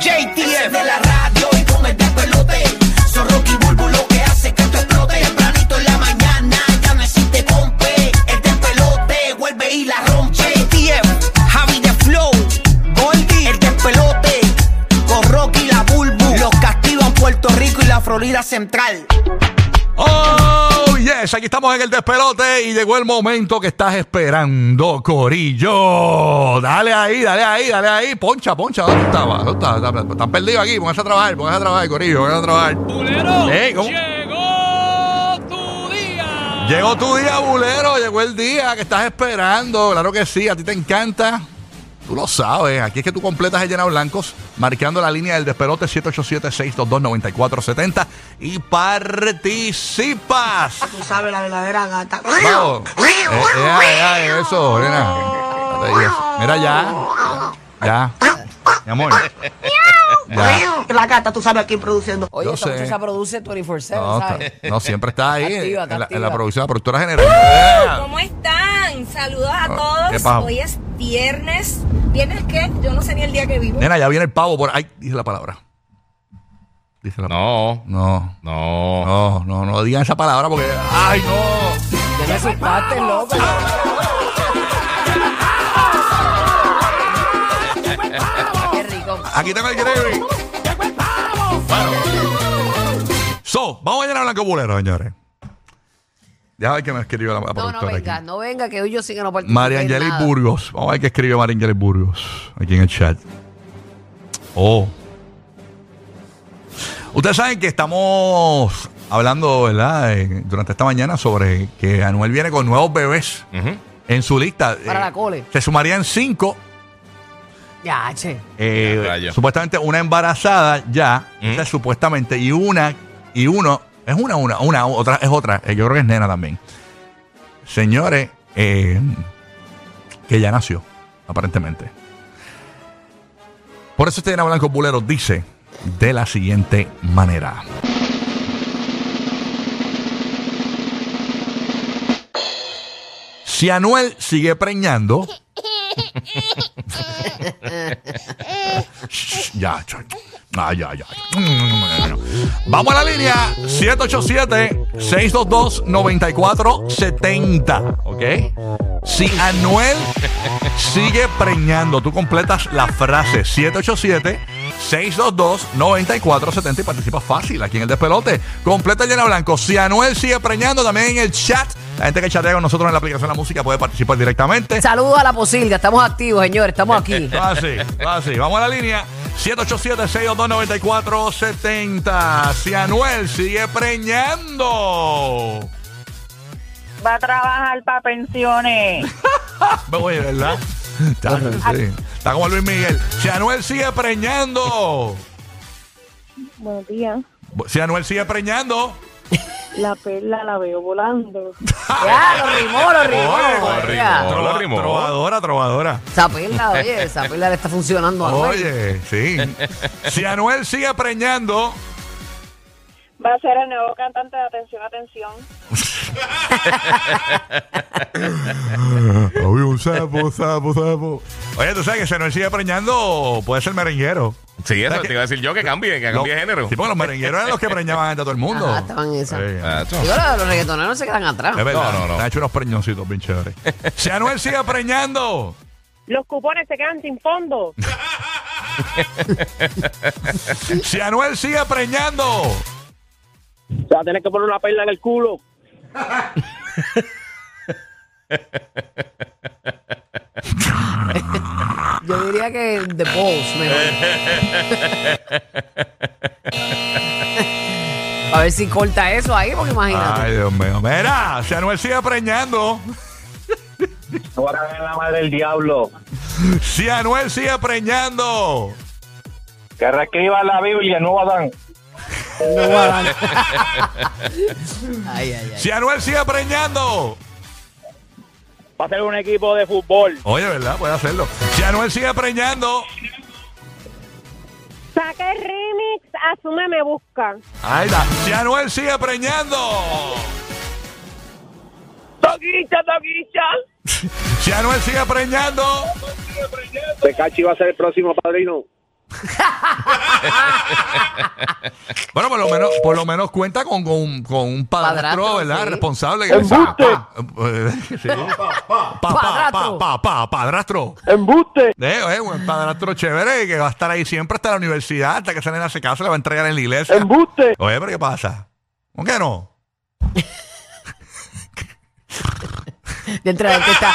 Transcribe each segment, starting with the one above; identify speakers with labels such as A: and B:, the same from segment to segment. A: JTF de la radio y con el despelote. Son Rocky Bulbo lo que hace que esto explote. Tempranito en la mañana ya no existe compe. El despelote vuelve y la rompe. JTF, Javi de Flow, Goldie, el despelote. Con Rocky y la Bulbo. Los castigan Puerto Rico y la Florida Central.
B: Oh, yes, aquí estamos en el despelote y llegó el momento que estás esperando, Corillo. Dale ahí, dale ahí, dale ahí. Poncha, poncha, ¿dónde estaba? ¿Dónde estaba? Estaba- Están perdidos aquí, pónganse a trabajar, pónganse a trabajar, Corillo, pónganse a trabajar.
C: Bulero,
B: Ey, ¿cómo?
C: llegó tu día.
B: Llegó tu día, bulero, llegó el día que estás esperando, claro que sí, a ti te encanta. Tú lo sabes, aquí es que tú completas el llena blancos, marcando la línea del despelote 787-622-9470 y participas.
D: Tú sabes la verdadera gata.
B: Vamos. Eh, eh, eh, eso, nena. Date ahí, eso. Mira ya. Ya. Mi amor. Ya.
D: La gata, tú sabes a quién produciendo.
E: Oye,
B: Yo
E: esta
B: sé.
E: muchacha produce 24-7,
B: No,
E: ¿sabes?
B: está- no, siempre está ahí
E: Está activa,
B: en,
E: está
B: la, en la
E: activa.
B: producción, la productora general.
F: ¿Cómo están? Saludos a
B: Ah,
F: todos.
B: ¿qué pasa?
F: Hoy es viernes. ¿Viernes qué? Yo no sé ni el día que vivo.
B: Nena, ya viene el pavo por ahí. Dice la palabra. Dice la
C: No,
B: No.
C: no.
B: No, no, no digan esa palabra porque. ¡Ay, no!
E: Ya me asustaste, loco. Qué rico.
B: Aquí tengo el gravy. Bueno. So, vamos a llenar blanco bulero, señores. Ya ver que me escribió la, la
E: No, no
B: productora aquí.
E: venga, no venga, que hoy yo sí que no participo.
B: María
E: en
B: Angelis
E: nada.
B: Burgos. Vamos a ver qué escribe María Angelis Burgos aquí en el chat. Oh. Ustedes saben que estamos hablando, ¿verdad? Eh, durante esta mañana sobre que Anuel viene con nuevos bebés en su lista. Eh,
E: Para la cole.
B: Se sumarían cinco.
E: Ya, che.
B: eh,
C: Ya, rayo.
B: supuestamente una embarazada ya.
C: Mm.
B: esa es supuestamente. Y una, y uno. Es una, una, una, otra, es otra. eh, Yo creo que es nena también. Señores, eh, que ya nació, aparentemente. Por eso este Diana Blanco Bulero dice de la siguiente manera. Si Anuel sigue preñando. Shh, ya, cho- ah, ya, ya. Bueno, Vamos a la línea 787-622-9470. ¿Ok? Si Anuel sigue preñando, tú completas la frase 787-622-9470 y participas fácil aquí en el despelote. Completa el llena blanco. Si Anuel sigue preñando, también en el chat. La gente que chatea con nosotros en la aplicación de la música puede participar directamente.
E: Saludos a la posilga, estamos activos, señores, estamos aquí.
B: Fácil, fácil. Vamos a la línea. 787-622-9470. Si Anuel sigue preñando.
G: Va a trabajar para pensiones. Ah.
B: Me voy, ¿verdad? Está, sí. Está como Luis Miguel. Si Anuel sigue preñando.
G: Buenos días.
B: Si Anuel sigue preñando.
G: La perla la veo volando.
E: Ya, lo rimó, lo rimó.
B: Oye,
E: vaya.
C: Ah. Hola,
B: trova-
C: primo.
B: Trovadora, trovadora.
E: Esa perla, oye, esa perla le está funcionando a Noel.
B: Oye, sí. Si Anuel sigue preñando.
G: Va a ser el nuevo cantante de Atención, Atención.
B: Uy, un sapo, sapo, sapo. Oye, tú sabes que si Anuel sigue preñando, puede ser merenguero.
C: Sí, eso
B: ¿Sabes
C: te
B: qué?
C: iba a decir yo que cambie, que
B: Los-
C: cambie de género.
B: Sí, porque los merengueros eran los que preñaban antes a todo el mundo.
E: Ajá, estaban esas.
B: Sí.
C: Ah, chao.
E: Digo, los, los reggaetoneros no se quedan atrás.
B: Es verdad,
C: No, no, no.
B: te han hecho unos preñoncitos bien chéveres. si Anuel sigue preñando,
G: Los cupones se quedan sin fondo.
B: si Anuel sigue preñando,
H: O sea, tienes que poner una perla en el culo.
E: Yo diría que The Balls mejor. a ver si corta eso ahí, porque imagínate.
B: ay Dios mío, mira, si Anuel sigue preñando,
H: Ahora es la madre del diablo.
B: si Anuel sigue preñando,
H: Que reescriba la Biblia, no Adán.
E: Ay, ay, ay.
B: Si Anuel sigue preñando.
H: Va a ser un equipo de fútbol.
B: Oye, ¿verdad? Puede hacerlo. Si Anuel sigue preñando.
G: Saca el remix, asume, me busca.
B: Ahí está. Si Anuel sigue preñando.
H: ¡Toquicha, toquicha!
B: Si Anuel sigue preñando.
H: Pecachi va a ser el próximo padrino.
B: Bueno, por lo menos, por lo menos cuenta con, con un, con un padrastro,
E: Padrastro,
B: ¿verdad?
E: sí.
B: Responsable. que-
H: ¡Embuste!
B: Pa- Sí. Pa- pa- pa-
E: Padrastro.
B: pa- pa- Padrastro.
H: ¡Embuste!
B: Eh, eh, un padrastro chévere que va a estar ahí siempre hasta la universidad, hasta que esa nena se casa, la va a entregar en la iglesia.
H: ¡Embuste!
B: Oye, pero ¿qué pasa? ¿Por qué no?
E: De entre la gente está,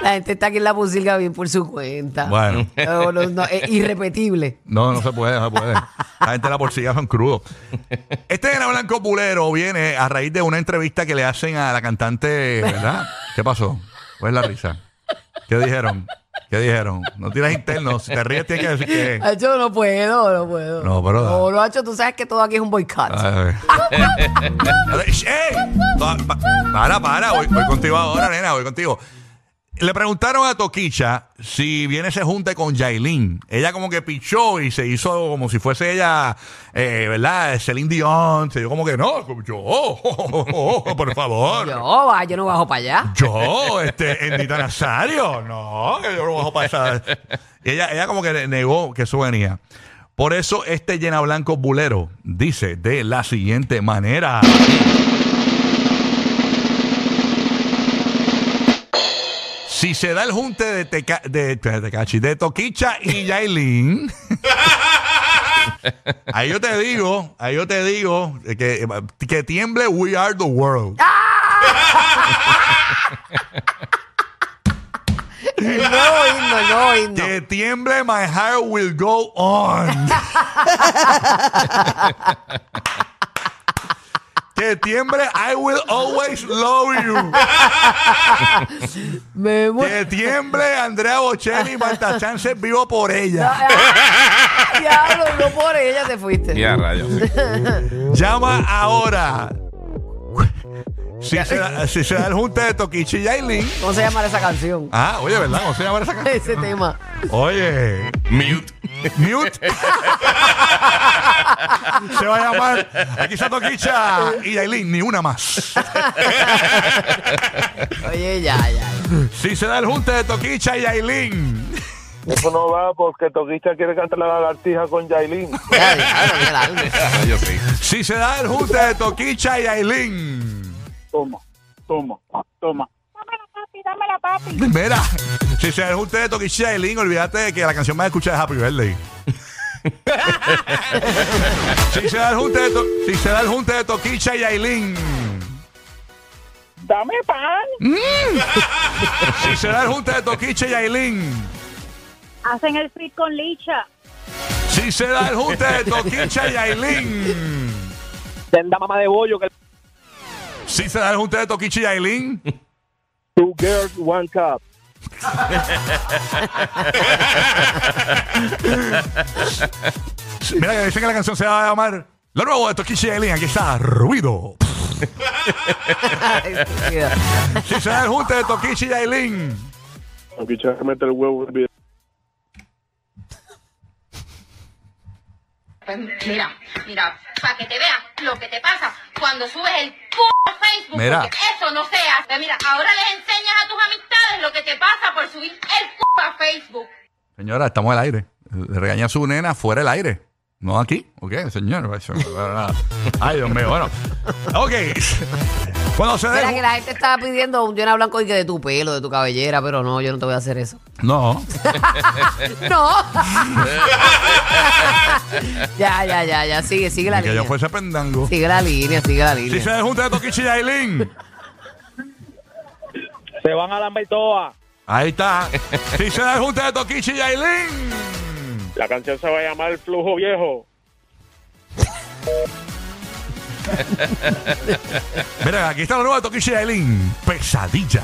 E: la gente está aquí en la pusilga bien por su cuenta.
B: Bueno.
E: No, no, no, es irrepetible.
B: No, no se puede, no se puede. La gente de la porcilla son crudos. Este Ana Blanco Pulero viene a raíz de una entrevista que le hacen a la cantante, ¿verdad? ¿Qué pasó? ¿Cuál es la risa? ¿Qué dijeron? ¿Qué dijeron? No tiras internos. Si te ríes, tienes que decir que.
E: Hacho, Ah, no puedo, no puedo.
B: No, pero- Ah.
E: No, lo hacho, tú sabes que todo aquí es un boicot.
B: Ay. ¡Ey! Pa- pa- Para, para, voy, voy contigo ahora, nena, voy contigo. Le preguntaron a Toquicha si viene se junte con Yailin. Ella como que pichó y se hizo como si fuese ella, eh, ¿verdad? Celine Dion. Se dio como que no, yo, por favor.
E: Yo, va, yo no bajo para allá.
B: Yo, este, en Nazario, no, que yo no bajo para esa. Y ella, ella como que negó que eso venía. Por eso este llena blanco bulero dice de la siguiente manera. Si se da el junte de, Teca- de, de Tecachi, de Toquicha y Yailin. ahí yo te digo, ahí yo te digo eh, que, que tiemble We Are the World.
E: El nuevo himno, el nuevo himno.
B: Que tiemble, my heart will go on. que tiemble, I will always love you.
E: Me muero.
B: Que tiemble, Andrea Bocelli, Marta Chance, vivo por ella.
E: Ah, Diablo, no por ella te fuiste.
C: Mira, rayos.
B: Llama ahora. Si se, da, si se da el junte de Tokichi y Yailin.
E: ¿Cómo se llama esa canción?
B: Ah, oye, ¿verdad? ¿Cómo se llama esa canción?
E: Ese tema.
B: Oye,
C: Mute.
B: mute. se va a llamar. Aquí está Toquicha y Yailin, ni una más.
E: Oye, ya, ya, ya.
B: Si se da el junte de Toquicha y Ailín.
H: Eso no va porque Toquicha quiere cantar la lagartija con Yailin.
E: Ya, diablo, qué largo.
C: Rayos, sí.
B: Si se da el junte de Toquicha y Ailín.
H: Toma, toma, toma.
G: Dámela, papi, dámela, papi.
B: Mira, si se da el junte de Toquicha y Ailín, olvídate de que la canción más escuchada es Happy Birthday. si, se da el junte de To- si se da el junte de Toquicha y Ailín.
H: ¡Dame pan!
B: Si se da el junte de Toquicha y Ailín.
G: Hacen el fit con licha.
B: Si se da el junte de Toquicha y Ailín.
H: Ten la mamá de bollo que...
B: Si se da el junte de Toquicha y Ailín.
H: Two girls, one cup.
B: Mira que dicen que la canción se va a llamar Lo nuevo de Toquicha y Ailín. Aquí está, ruido.
E: Estúpida.
B: Si se da el junte de Toquichi y Ailín.
H: Toquicha que mete el huevo en el video.
I: Pues mira, mira, para que te veas lo que te pasa cuando subes el p Facebook.
B: Mira.
I: porque Eso no se hace. Mira, ahora les enseñas a tus amistades lo que te pasa por subir el p a Facebook.
B: Señora, estamos al aire. Le regaña a su nena fuera del aire. No aquí. Ok, señor. Eso no es nada. Ay, Dios mío. Bueno. Ok. Cuando se
E: Mira que
B: dé.
E: la gente estaba pidiendo un llena blanco y que de tu pelo, de tu cabellera, pero no, yo no te voy a hacer eso.
B: No.
E: No. ya, ya, ya, ya. Sigue, sigue la
B: Que
E: línea.
B: yo fuese pendango.
E: Sigue la línea, sigue la
B: Si se
E: línea.
B: da el junte de Toquichi y Ailín.
H: Se van a la todas.
B: Ahí está. Si se da el junte de Toquichi y Ailín.
H: La canción se va a llamar El Flujo Viejo.
B: Mira, aquí está lo nuevo de Toquichi y Ailín. Pesadilla.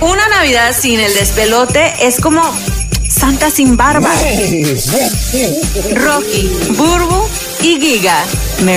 I: Una Navidad sin el despelote es como Santa sin barba. Rocky, Burbu y Giga